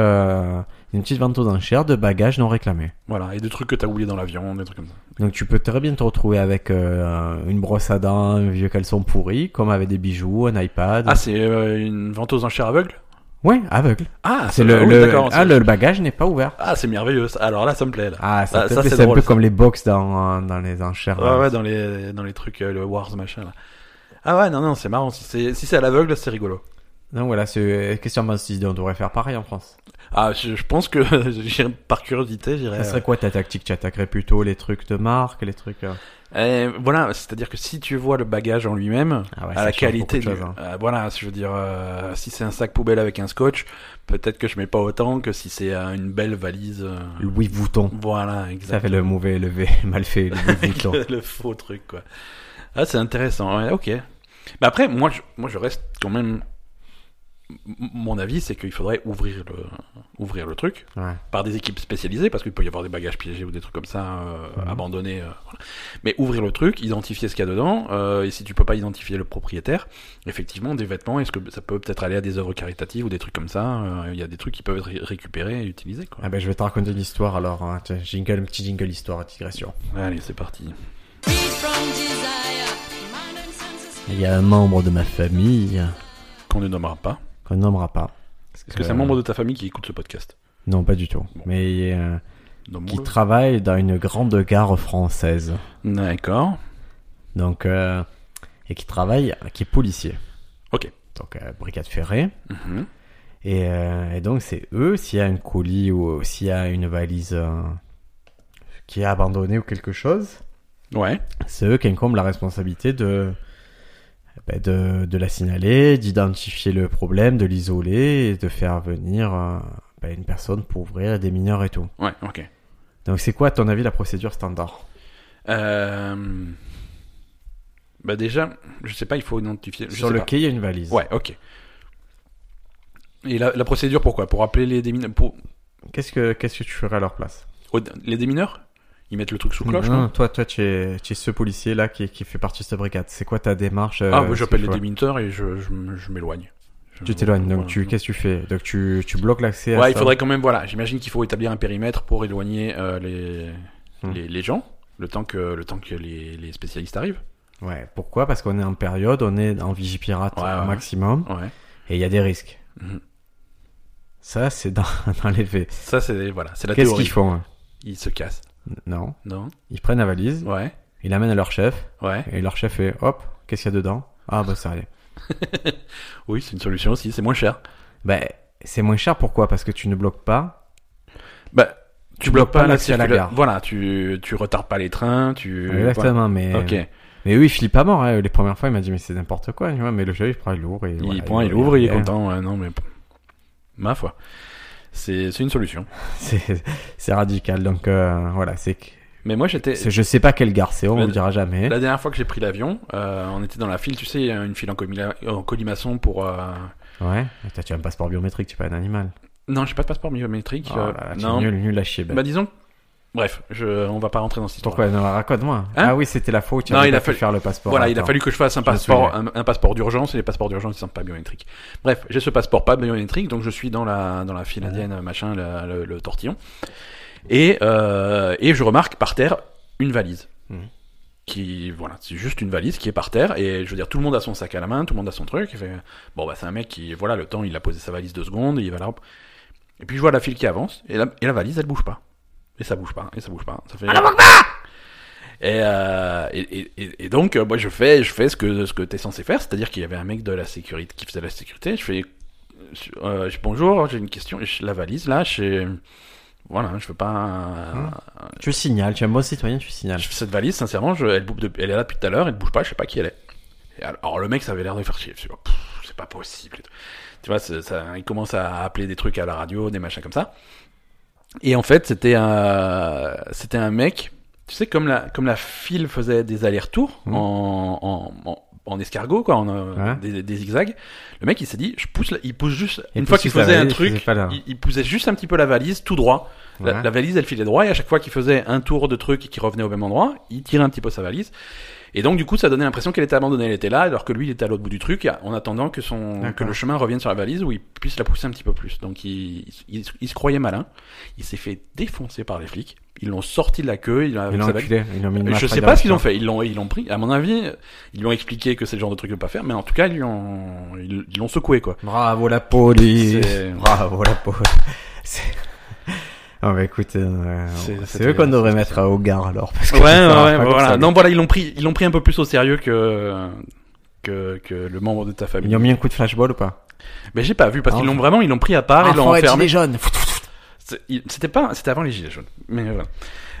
une petite vente aux enchères de bagages non réclamés.
Voilà, et des trucs que t'as oublié dans l'avion, des trucs comme ça.
Donc, tu peux très bien te retrouver avec euh, une brosse à dents, un vieux caleçon pourri, comme avec des bijoux, un iPad.
Ah, c'est euh, une vente aux enchères aveugle
ouais, aveugle.
Ah,
C'est
ça-
le,
oui,
le-
d'accord,
ah,
c'est-
le, le bagage n'est pas ouvert.
Ah, c'est merveilleux. ça. Alors là, ça me plaît. Là.
Ah, ça,
Ah,
te
ça,
plaît,
c'est
c'est un
drôle,
peu
ça.
comme les box dans, dans les enchères.
Ouais,
euh.
ouais, dans les, dans les trucs, euh, le Wars, machin. Là. Ah ouais, non, non, c'est marrant. Si c'est si c'est à l'aveugle, c'est rigolo.
Donc voilà, c'est euh, question de si on devrait faire pareil en France.
Ah, je, je pense que j'irais- par curiosité, j'irais.
Ça serait quoi ta tactique Tu attaquerais plutôt les trucs de marque, les trucs. euh,
Euh, voilà, c'est-à-dire que si tu vois le bagage en lui-même,
Ah ouais, ça
à la
change
qualité,
beaucoup de
du-
choses, hein.
euh, voilà, je veux dire, euh, si c'est un sac poubelle avec un scotch, peut-être que je mets pas autant que si c'est euh, une belle valise. euh,
Louis Vuitton.
Voilà,
Ça
exactement.
fait le mauvais levé, mal fait, Louis Vuitton.
le, le faux truc quoi. Ah c'est intéressant, ouais, ok. Mais après moi je, moi je reste quand même m- mon avis c'est qu'il faudrait ouvrir le ouvrir le truc
Ouais.
par des équipes spécialisées parce qu'il peut y avoir des bagages piégés ou des trucs comme ça euh,
Mhm.
abandonnés. euh, voilà. Mais ouvrir le truc, identifier ce qu'il y a dedans euh, et si tu peux pas identifier le propriétaire, effectivement des vêtements est-ce que ça peut peut-être aller à des œuvres caritatives ou des trucs comme ça. euh, Il y a des trucs qui peuvent être ré- récupérés et utilisés quoi.
Ah ben, je vais te raconter une histoire alors. hein. Tiens, Jingle, petit jingle histoire, digression.
Allez c'est parti.
Free from desire. Mind and senses.
Il y a un membre de ma famille
Qu'on ne nommera pas.
qu'on nommera pas.
Est-ce que c'est un
Euh.
membre de ta famille qui écoute ce podcast
Non, pas du tout.
Bon.
Mais euh, qui
Nommons-le.
travaille dans une grande gare française.
D'accord.
Donc, euh, et qui travaille, qui est policier.
Ok.
Donc, euh, brigade ferrée.
Mhm.
Et, euh, et donc, c'est eux, s'il y a un colis ou euh, s'il y a une valise euh, qui est abandonnée ou quelque chose,
Ouais.
c'est eux qui incombent la responsabilité de, ben, de, de la signaler, d'identifier le problème, de l'isoler et de faire venir euh, ben, une personne pour ouvrir des mineurs et tout.
Ouais, ok.
Donc, c'est quoi, à ton avis, la procédure standard
Euh... Bah déjà, je sais pas, il faut identifier. je
Sur
sais
le
pas.
quai, il y a une valise.
Ouais, ok. Et la, la procédure pourquoi Pour appeler les démineurs pour...
Qu'est-ce que Qu'est-ce que tu ferais à leur place
au- Les démineurs Ils mettent le truc sous cloche,
Non,
non,
non, toi, toi, tu es, tu es ce policier-là qui, qui fait partie de cette brigade. C'est quoi ta démarche euh,
Ah, moi j'appelle les
ce que tu
démineurs et je, je, m- je m'éloigne. Je-
vois Tu t'éloignes, donc
voilà.
tu, qu'est-ce que tu fais Donc tu, tu bloques l'accès à
Ouais, il
ça.
faudrait quand même, voilà, j'imagine qu'il faut établir un périmètre pour éloigner euh, les,
Hmm.
les, les gens, le temps que, le temps que les, les spécialistes arrivent.
Ouais, pourquoi Parce qu'on est en période, on est en vigipirate
Ouais, ouais.
au maximum,
Ouais.
et il y a des risques.
Mhm.
Ça, c'est dans, dans les faits.
Ça, c'est voilà, c'est la
Qu'est-ce
théorie.
qu'ils font hein
Ils se cassent,
Non,
non
ils prennent la valise,
Ouais,
ils l'amènent à leur chef,
ouais.
et leur chef fait, hop, qu'est-ce qu'il y a dedans Ah, bah ça y est.
Oui, c'est une solution aussi, c'est moins cher.
Bah, c'est moins cher, pourquoi Parce que tu ne bloques pas.
Bah, tu, bloques pas, la
l'accès à la
circula-
gare.
Voilà, tu, tu retardes pas les trains, tu.
Exactement, mais...
voilà. Euh, Ok,
Mais oui, il flippe à mort. Hein. Les premières fois, il m'a dit, mais c'est n'importe quoi. Tu vois, mais le chef, il prend, il ouvre. Et,
il
voilà,
prend, il ouvre, il est
et-
content. Ouais, non, mais. Ma foi. C'est c'est une solution.
C'est c'est radical. Donc euh, voilà, c'est que.
Mais moi, j'étais.
c'est- Je sais pas quel gare c'est, on
Mais-
ne le dira jamais.
La dernière fois que j'ai pris l'avion, euh, on était dans la file, tu sais, une file en, comila- en colimaçon pour. euh,
Ouais. Mais toi, tu as un passeport biométrique, tu n'es pas un animal.
Non, j'ai pas de passeport biométrique.
Oh
euh,
là là, tu es
non.
nul, nul à chier. Ben.
Bah, disons, Bref, je, on va pas rentrer dans cette histoire.
Pourquoi Non, raconte-moi.
Hein
ah oui, c'était la faute.
Non,
Non,
il
il
a
pas pu
fallu-
faire le passeport.
Voilà, il a
Attends.
fallu que je fasse un
Je me
passeport, un, un passeport d'urgence, et les passeports d'urgence ils sont pas biométriques. Bref, j'ai ce passeport pas biométrique, donc je suis dans la dans la file indienne, machin, la- le, le tortillon, et euh, et je remarque par terre une valise.
Mhm.
Qui voilà, c'est juste une valise qui est par terre et je veux dire tout le monde a son sac à la main, tout le monde a son truc. et fait, bon bah c'est un mec qui voilà le temps il a posé sa valise deux secondes, il va là. hop. Et puis je vois la file qui avance et la, et la valise elle bouge pas et ça bouge pas et ça bouge pas. Ça fait. Et, euh, et, et- et, et donc, euh, moi, je fais, je fais ce que, ce que t'es censé faire, c'est-à-dire qu'il y avait un mec de la sécurité qui faisait la sécurité. Je fais, euh, je- bonjour, j'ai une question, je- la valise là, je, voilà, je veux pas.
Hein Tu signales, tu es un bon citoyen, tu signales.
Je fais cette valise, sincèrement, je, elle, bouge de- elle est là depuis tout à l'heure, elle bouge pas, je sais pas qui elle est. Et alors, alors, le mec, ça avait l'air de faire chier. Je suis, Pff, C'est pas possible. et tout. Tu vois, c'est- ça, il commence à appeler des trucs à la radio, des machins comme ça. Et en fait, c'était un, c'était un mec. Tu sais, comme la, comme la file faisait des allers-retours
Mhm.
en, en, en, en escargot, quoi, en, euh,
Ouais.
des, des zigzags, le mec, il s'est dit, je pousse, la- il pousse juste.
Il
une fois
pousse
qu'il
la
faisait un
valise, il
truc,
faisait pas la-
il, il poussait juste un petit peu la valise tout droit. La,
Ouais.
la valise, elle filait droit, et à chaque fois qu'il faisait un tour de truc et qu'il revenait au même endroit, il tirait un petit peu sa valise. Et donc, du coup, ça donnait l'impression qu'elle était abandonnée. Elle était là, alors que lui, il était à l'autre bout du truc, en attendant que, son,
D'accord.
que le chemin revienne sur la valise où il puisse la pousser un petit peu plus. Donc, il, il, il se croyait malin. Il s'est fait défoncer par les flics. Ils l'ont sorti de la queue. Il a,
Ils
avec
l'ont
sa valise.
enculé. Ils l'ont mis une
Je
matraque
sais
dans
pas ce qu'ils
le
ont fait. Ils l'ont, ils l'ont pris. À mon avis, ils lui ont expliqué que c'est le genre de truc de pas faire, mais en tout cas, ils lui ont, ils ils l'ont secoué, quoi.
Bravo la police.
C'est-
Bravo la police. C'est- Ah bah écoute, euh,
C'est-
c'est eux qu'on devrait mettre à Hogar alors. Parce que
Ouais, ouais,
ça va
ouais,
pas comme
voilà.
ça.
non, voilà, ils l'ont pris, ils l'ont pris un peu plus au sérieux que que, que le membre de ta famille.
Ils ont mis un coup de flashball ou pas
Mais j'ai pas vu parce
Ah,
qu'ils l'ont
enfin.
vraiment, ils l'ont pris à part, Ah, ils l'ont
forêt de
enfermé.
gilets jaunes.
C'est- il- C'était pas, c'était avant les gilets jaunes. Mais voilà.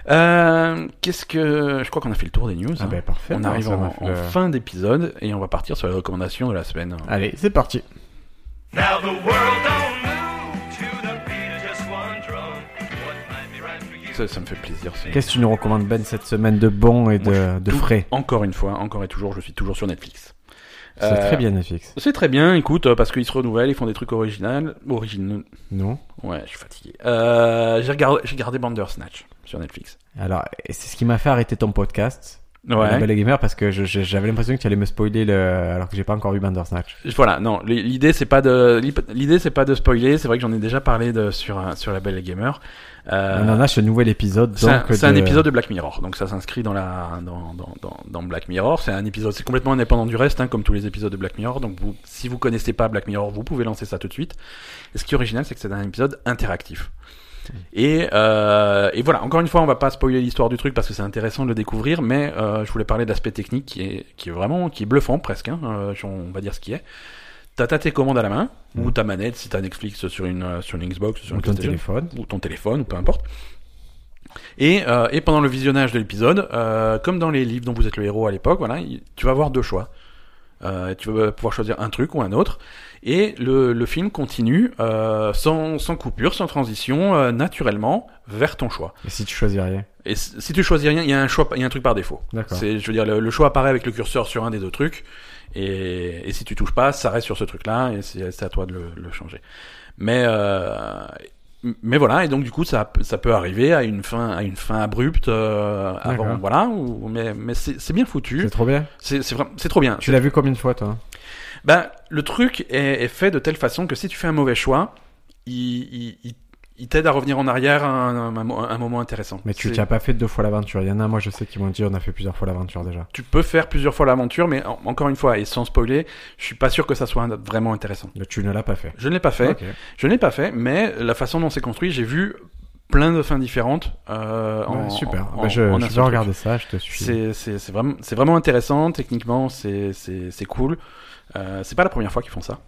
Euh, Qu'est-ce que, je crois qu'on a fait le tour des news.
Ah
hein.
bah parfait.
on
alors,
arrive
ça
en,
m'a fait
en
le-
fin d'épisode et on va partir sur les recommandations de la semaine.
Allez, c'est parti.
Now the world don't move to the beat of just one drum. What might be right for you
Ça, ça me fait plaisir. c'est-
Qu'est-ce que tu nous recommandes Ben cette semaine de bon et
Moi, je
de, de
Tout-
frais
Encore une fois, encore et toujours, je suis toujours sur Netflix.
C'est
Euh,
très bien Netflix.
C'est très bien, écoute, euh, parce qu'ils se renouvellent, ils font des trucs originaux, originaux,
Non
Ouais, je suis fatigué. Euh, j'ai regardé, j'ai regardé Bandersnatch sur Netflix.
Alors, et c'est ce qui m'a fait arrêter ton podcast, la
Ouais.
Belle et Gamer, parce que je- je- j'avais l'impression que tu allais me spoiler le... alors que j'ai pas encore vu Bandersnatch.
Voilà, non, l- l'idée c'est pas de l'ip- l'idée c'est pas de spoiler, c'est vrai que j'en ai déjà parlé de, sur euh, sur la Belle et Gamer. Euh,
On en a ce nouvel épisode.
c'est un,
donc,
c'est un
de-
épisode de Black Mirror, donc ça s'inscrit dans la dans, dans, dans, dans Black Mirror. C'est un épisode, c'est complètement indépendant du reste, hein, comme tous les épisodes de Black Mirror. Donc vous, si vous connaissez pas Black Mirror, vous pouvez lancer ça tout de suite. Et ce qui est original, c'est que c'est un épisode interactif. Et, euh, et voilà, encore une fois, on va pas spoiler l'histoire du truc parce que c'est intéressant de le découvrir, mais euh, je voulais parler d'aspect technique qui est, qui est vraiment qui est bluffant presque, hein, euh, on va dire ce qui est. T'as t'as tes commandes à la main, ou ta manette si t'as Netflix sur une, euh, sur une Xbox, sur
Mm. Ou
une
ton
PlayStation
téléphone.
ou ton téléphone, ou peu importe. Et, euh, et pendant le visionnage de l'épisode, euh, comme dans les livres dont vous êtes le héros à l'époque, voilà, il- tu vas avoir deux choix. Euh, tu vas pouvoir choisir un truc ou un autre. Et le, le film continue euh, sans, sans coupure, sans transition, euh, naturellement, vers ton choix.
Et si tu choisis rien
Et s- si tu choisis rien, il y a un choix, il y a un truc par défaut.
D'accord.
C'est, je veux dire, le, le choix apparaît avec le curseur sur un des deux trucs, et, et si tu touches pas, ça reste sur ce truc-là, et c'est, c'est à toi de le, le changer. Mais euh, mais voilà, et donc du coup, ça, ça peut arriver à une fin, à une fin abrupte, euh, avant,
D'accord.
voilà. Ou, mais mais c'est, c'est bien foutu.
C'est trop bien.
C'est, c'est, vraiment- c'est trop bien.
Tu l'as vu combien de fois, toi
Ben, le truc est, est fait de telle façon que si tu fais un mauvais choix, il, il, il- il t'aide à revenir en arrière à un, un- un moment intéressant.
Mais tu
C'est-
n'as pas fait deux fois l'aventure. Il y en a, moi, je sais qu'ils m'ont dit, on a fait plusieurs fois l'aventure déjà.
tu peux faire plusieurs fois l'aventure, mais en- encore une fois, et sans spoiler, je suis pas sûr que ça soit un- vraiment intéressant.
Mais tu ne l'as pas fait.
Je ne l'ai pas fait,
Ok.
je ne l'ai pas fait, mais la façon dont c'est construit, j'ai vu plein de fins différentes. Euh,
Ouais,
en,
super.
en-
Bah, je
en
je
un seul
vais
truc.
regarder ça, je te suis.
C'est c'est- c'est vraiment, c'est vraiment intéressant, techniquement, c'est c'est- c'est cool. Euh, c'est pas la première fois qu'ils font ça.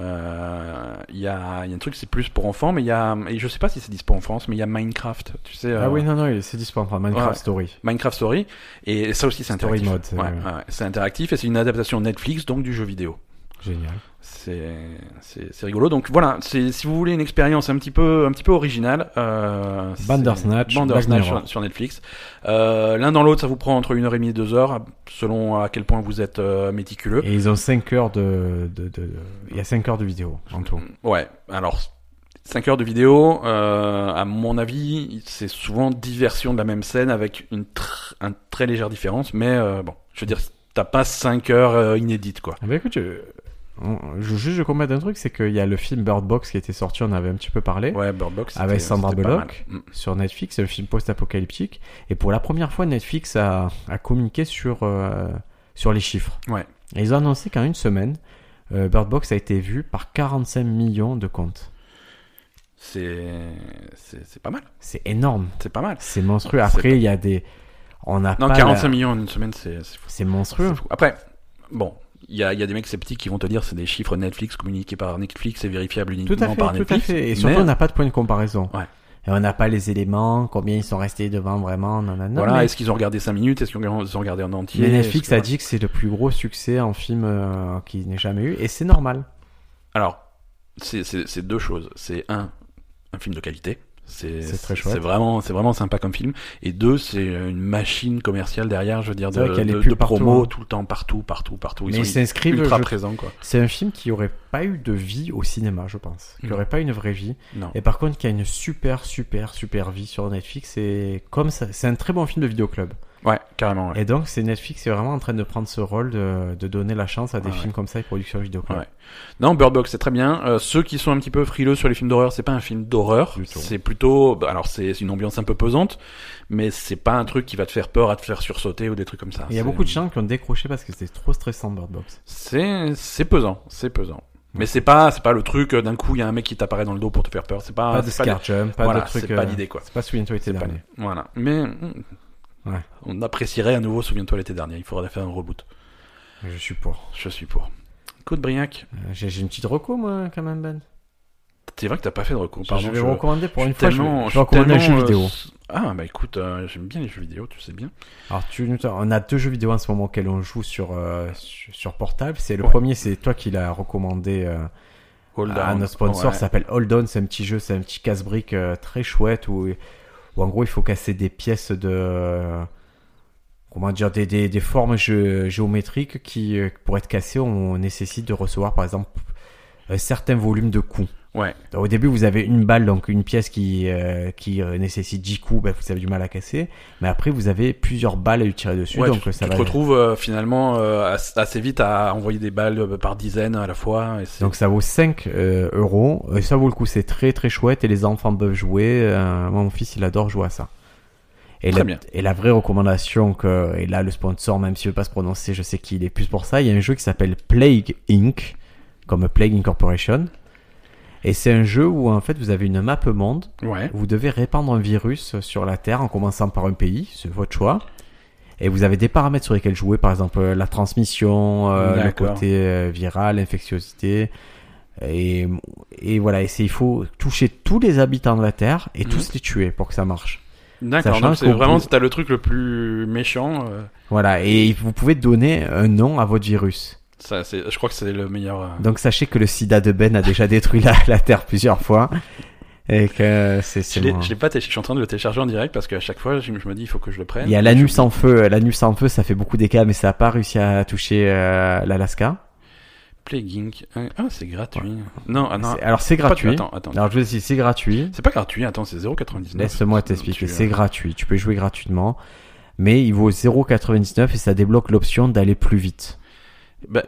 Euh, Il y, a, il y a un truc, c'est plus pour enfants, mais il y a. Et je sais pas si c'est dispo en France, mais il y a Minecraft, tu sais.
Ah
euh,
oui, non, non, il- c'est disponible. Minecraft
Ouais.
Story.
Minecraft Story et ça aussi c'est
Story
interactif.
mode, c'est-
Ouais, ouais, ouais, c'est interactif et c'est une adaptation Netflix donc du jeu vidéo.
Génial.
C'est c'est c'est rigolo. Donc voilà, c'est si vous voulez une expérience un petit peu un petit peu originale, euh, c'est
Bandersnatch,
Bandersnatch
Black
sur,
Mirror.
sur Netflix. Euh, L'un dans l'autre, ça vous prend entre une heure et demie et deux heures, selon à quel point vous êtes euh, méticuleux.
Et ils ont 5 heures de, de, de- de- Il y a 5 heures de vidéo en tout.
Ouais. Euh, Alors 5 heures de vidéo, euh, à mon avis, c'est souvent diversion de la même scène avec une tr- un très légère différence, mais euh, bon, je veux dire, t'as pas 5 heures euh, inédites, quoi.
Ah bah écoute, je, on- je- juste je combats un truc, c'est qu'il y a le film Bird Box qui était sorti, on en avait un petit peu parlé.
Ouais, Bird Box.
Avec
c'était-
Sandra
c'était pas
Bullock.
mal. Mm.
Sur Netflix, c'est un film post-apocalyptique. Et pour la première fois, Netflix a, a communiqué sur, euh, sur les chiffres.
Ouais.
Et ils ont annoncé qu'en une semaine, euh, Bird Box a été vu par 45 millions de comptes.
C'est c'est- c'est pas mal.
C'est énorme.
C'est pas mal.
C'est monstrueux.
C'est
Après,
pas-
il y a des. On a
Non,
pas
45
la-
millions en une semaine, c'est c'est fou.
C'est monstrueux.
C'est fou. Après, bon, il y a, il y a des mecs sceptiques qui vont te dire c'est des chiffres Netflix communiqués par Netflix et vérifiables
Tout à
uniquement
fait,
par
tout à
Netflix.
fait. Et surtout,
mais-
on n'a pas de point de comparaison.
Ouais.
Et on n'a pas les éléments, combien ils sont restés devant vraiment, nanana.
voilà,
mais-
est-ce qu'ils ont regardé 5 minutes Est-ce qu'ils ont ils ont regardé en entier
Mais
Est-ce
Netflix
que-
a dit que c'est le plus gros succès en film euh, qu'il n'ait jamais eu, et c'est normal.
Alors, c'est- c'est c'est deux choses. C'est un, un film de qualité. C'est
C'est très
c'est-
chouette.
c'est vraiment, c'est vraiment sympa comme film. Et deux, c'est une machine commerciale derrière, je veux dire,
C'est
de,
vrai qu'il y a les
de-
pubs
de
partout,
promo
hein.
tout le temps, partout, partout, partout. Ils
mais ils
sont
s'inscrivent.
ultra
je-
présents, quoi.
C'est un film qui aurait pas eu de vie au cinéma, je pense. Qui
Non.
aurait pas une vraie vie.
Non.
Et par contre, qui a une super, super, super vie sur Netflix. Et comme ça, c'est un très bon film de vidéoclub.
Ouais, carrément. ouais.
Et donc, c'est Netflix qui est vraiment en train de prendre ce rôle de, de donner la chance à des
Ouais,
films comme ça et productions vidéoclub.
Ouais. Non, Bird Box, c'est très bien. Euh, ceux qui sont un petit peu frileux sur les films d'horreur, c'est pas un film d'horreur.
Du tout.
C'est plutôt, bah, alors c'est c'est une ambiance un peu pesante, mais c'est pas un truc qui va te faire peur, à te faire sursauter ou des trucs comme ça.
Et Il y a
C'est-
beaucoup de gens qui ont décroché parce que c'était trop stressant Bird Box.
C'est c'est pesant, c'est pesant. Mais c'est pas c'est pas le truc euh, d'un coup il y a un mec qui t'apparaît dans le dos pour te faire peur. C'est pas
pas de
Ah, c'est
scare jump, pas
voilà,
de truc.
c'est pas
euh,
l'idée, quoi.
C'est pas souviens-toi l'été
c'est pas-
dernier.
Voilà. Mais mm,
Ouais.
on apprécierait à nouveau. Souviens-toi l'été dernier. Il faudrait faire un reboot.
Je suis pour.
Je suis pour. Écoute Briac,
Euh, J'ai j'ai une petite reco moi quand même Ben.
c'est vrai que t'as pas fait de recours.
je
Pardon,
vais
je-
recommander
je
pour
suis
une fois. Je
tellement-
vais,
je
je
suis
vais recommander un jeu
tellement, euh,
vidéo.
Ah bah écoute, euh, j'aime bien les jeux vidéo, tu sais bien.
Alors, tu, nous- on a deux jeux vidéo en ce moment auxquels on joue sur, euh, sur, sur portable. C'est le
Ouais.
premier, c'est toi qui l'as recommandé euh,
Hold
à
Down.
notre sponsor.
Ouais.
Ça s'appelle Hold On. C'est un petit jeu, c'est un petit casse-brique euh, très chouette où, où en gros il faut casser des pièces de comment dire des, des, des formes gé- géométriques qui euh, pour être cassées, on nécessite de recevoir par exemple un certain volume de coups.
Ouais.
Donc, au début, vous avez une balle, donc une pièce qui, euh, qui euh, nécessite 10 coups, ben, vous avez du mal à casser. Mais après, vous avez plusieurs balles à lui tirer dessus.
Ouais,
donc,
tu,
ça
tu
va...
te retrouves euh, finalement euh, as- assez vite à envoyer des balles euh, par dizaines à la fois. Et c'est-
Donc ça vaut 5 euh, euros. Et ça vaut le coup, c'est très très chouette et les enfants peuvent jouer. Euh, moi, mon fils, il adore jouer à ça. Et
Très
la,
bien.
et la vraie recommandation que et là le sponsor même s'il veut pas se prononcer je sais qu'il est plus pour ça il y a un jeu qui s'appelle Plague Inc comme Plague Incorporation et c'est un jeu où en fait vous avez une map monde
Ouais.
Vous devez répandre un virus sur la Terre en commençant par un pays, c'est votre choix. Et vous avez des paramètres sur lesquels jouer, par exemple euh, la transmission, euh, le
D'accord.
côté euh, viral, l'infectiosité. Et, et voilà, et c'est- il faut toucher tous les habitants de la Terre et
Mhm.
tous les tuer pour que ça marche.
D'accord.
Sachant
Donc c'est
qu'on
vraiment
peut-
t'as le truc le plus méchant. euh,
Voilà, et vous pouvez donner un nom à votre virus.
ça, c'est, je crois que c'est le meilleur. euh,
Donc sachez que le sida de Ben a déjà détruit la, la Terre plusieurs fois. Et que c'est...
Je
c'est
l'ai,
moi.
je l'ai pas téléchargé, je suis en train de le télécharger en direct parce qu'à chaque fois je, je me dis il faut que je le prenne.
Il y a l'anus en feu. euh, L'anus en feu, ça fait beaucoup des cas, mais ça n'a pas réussi à toucher euh, l'Alaska.
Plague Inc. Ah c'est gratuit. Non ah non.
C'est- Alors c'est
pas-
gratuit.
Attends attends.
Alors je vous dis, c'est gratuit.
C'est pas gratuit. Attends c'est 0,99.
Laisse-moi t'expliquer.
Tu-
C'est gratuit. Tu peux jouer gratuitement. Mais il vaut 0,99 et ça débloque l'option d'aller plus vite.
Bah,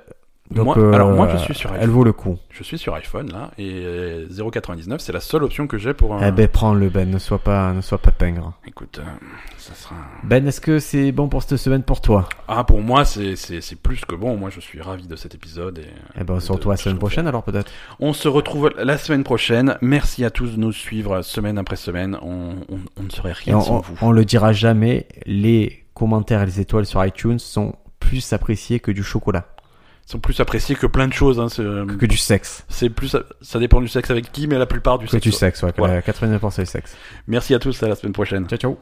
Donc,
moi-
euh,
alors moi je suis sur
Elle
iPhone.
vaut le coup.
Je suis sur iPhone là et euh, 0,99 c'est la seule option que j'ai pour. un-
Eh ben prends-le Ben, ne sois pas, ne sois pas pingre.
Écoute, euh, ça sera. un-
Ben, est-ce que c'est bon pour cette semaine pour toi
Ah, pour moi, c'est- c'est c'est plus que bon. Moi, je suis ravi de cet épisode. Et, euh,
Eh ben on se retrouve la semaine prochaine alors peut-être.
On se retrouve la semaine prochaine. Merci à tous de nous suivre semaine après semaine. On, on- on ne serait
Et
rien
on,
sans
on-
vous.
on le dira jamais, les commentaires et les étoiles sur iTunes sont plus appréciés que du chocolat,
Ils sont plus appréciés que plein de choses. Hein. C'est-
que du sexe.
C'est plus, ça dépend du sexe avec qui, mais la plupart du
Que
sexe.
du sexe, ouais, que
Voilà.
la 89% du sexe.
Merci à tous. À la semaine prochaine.
Ciao, ciao.